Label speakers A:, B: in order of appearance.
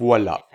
A: Voilà